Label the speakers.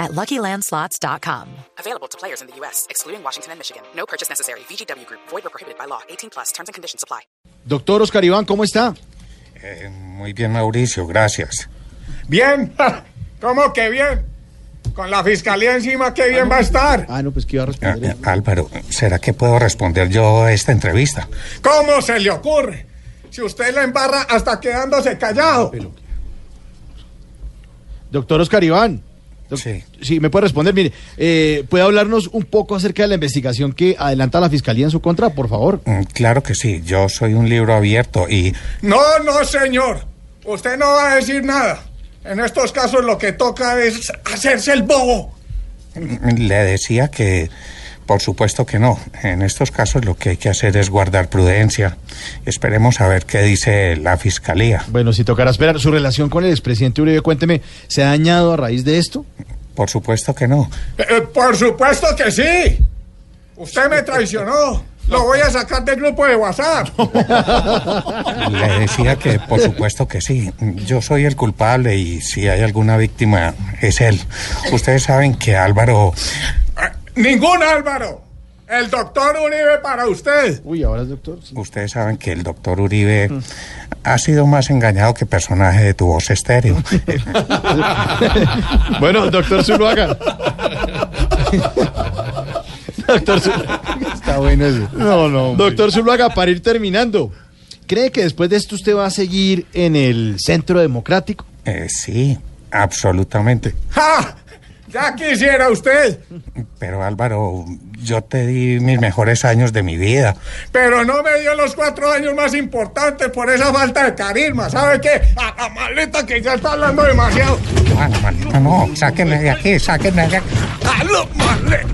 Speaker 1: at luckylandslots.com.
Speaker 2: Available to players in the U.S., excluding Washington and Michigan. No purchase necessary. VGW Group, void or prohibited by law. 18 plus terms and conditions apply.
Speaker 3: Doctor Oscar Iván, ¿cómo está?
Speaker 4: Eh, Muy bien, Mauricio, gracias.
Speaker 5: Bien, ¿cómo que bien? Con la fiscalía encima, ¿qué bien va a estar?
Speaker 3: Ah, no, pues que iba a
Speaker 4: Ah,
Speaker 3: responder.
Speaker 4: eh, Álvaro, ¿será que puedo responder yo a esta entrevista?
Speaker 5: ¿Cómo se le ocurre? Si usted la embarra hasta quedándose callado.
Speaker 3: Doctor Oscar Iván. doc-
Speaker 4: Sí.
Speaker 3: me puede responder. Mire, eh, ¿puede hablarnos un poco acerca de la investigación que adelanta la fiscalía en su contra, por favor?
Speaker 4: Mm, Claro que sí, yo soy un libro abierto y...
Speaker 5: No, no, señor. Usted no va a decir nada. En estos casos lo que toca es hacerse el bobo.
Speaker 4: mm, Le decía que, por supuesto que no. En estos casos lo que hay que hacer es guardar prudencia. Esperemos a ver qué dice la fiscalía.
Speaker 3: Bueno, si tocará esperar. ¿Su relación con el expresidente Uribe, cuénteme, se ha dañado a raíz de esto?
Speaker 4: Por supuesto que no.
Speaker 5: Eh, eh, por supuesto que sí. Usted me traicionó. Lo voy a sacar del grupo de WhatsApp.
Speaker 4: Le decía que, por supuesto que sí. Yo soy el culpable y si hay alguna víctima, es él. Ustedes saben que Álvaro...
Speaker 5: Eh, Ningún Álvaro. El doctor Uribe para usted.
Speaker 3: Uy, ahora es doctor. sí.
Speaker 4: Ustedes saben que el doctor Uribe ha sido más engañado que personaje de tu voz estéreo.
Speaker 3: bueno, doctor Zuluaga. doctor Zuluaga. Está bueno eso. No, no. Doctor Zuluaga, para ir terminando, ¿cree que después de esto usted va a seguir en el centro democrático?
Speaker 4: Eh, sí, absolutamente.
Speaker 5: ¡Ja! Ya quisiera usted.
Speaker 4: Pero Álvaro, yo te di mis mejores años de mi vida.
Speaker 5: Pero no me dio los cuatro años más importantes por esa falta de carisma. ¿Sabe qué? A la maleta que ya está hablando demasiado.
Speaker 4: Ah, la maldita, no, sáquenme de aquí, sáquenme de aquí.
Speaker 5: A la maleta.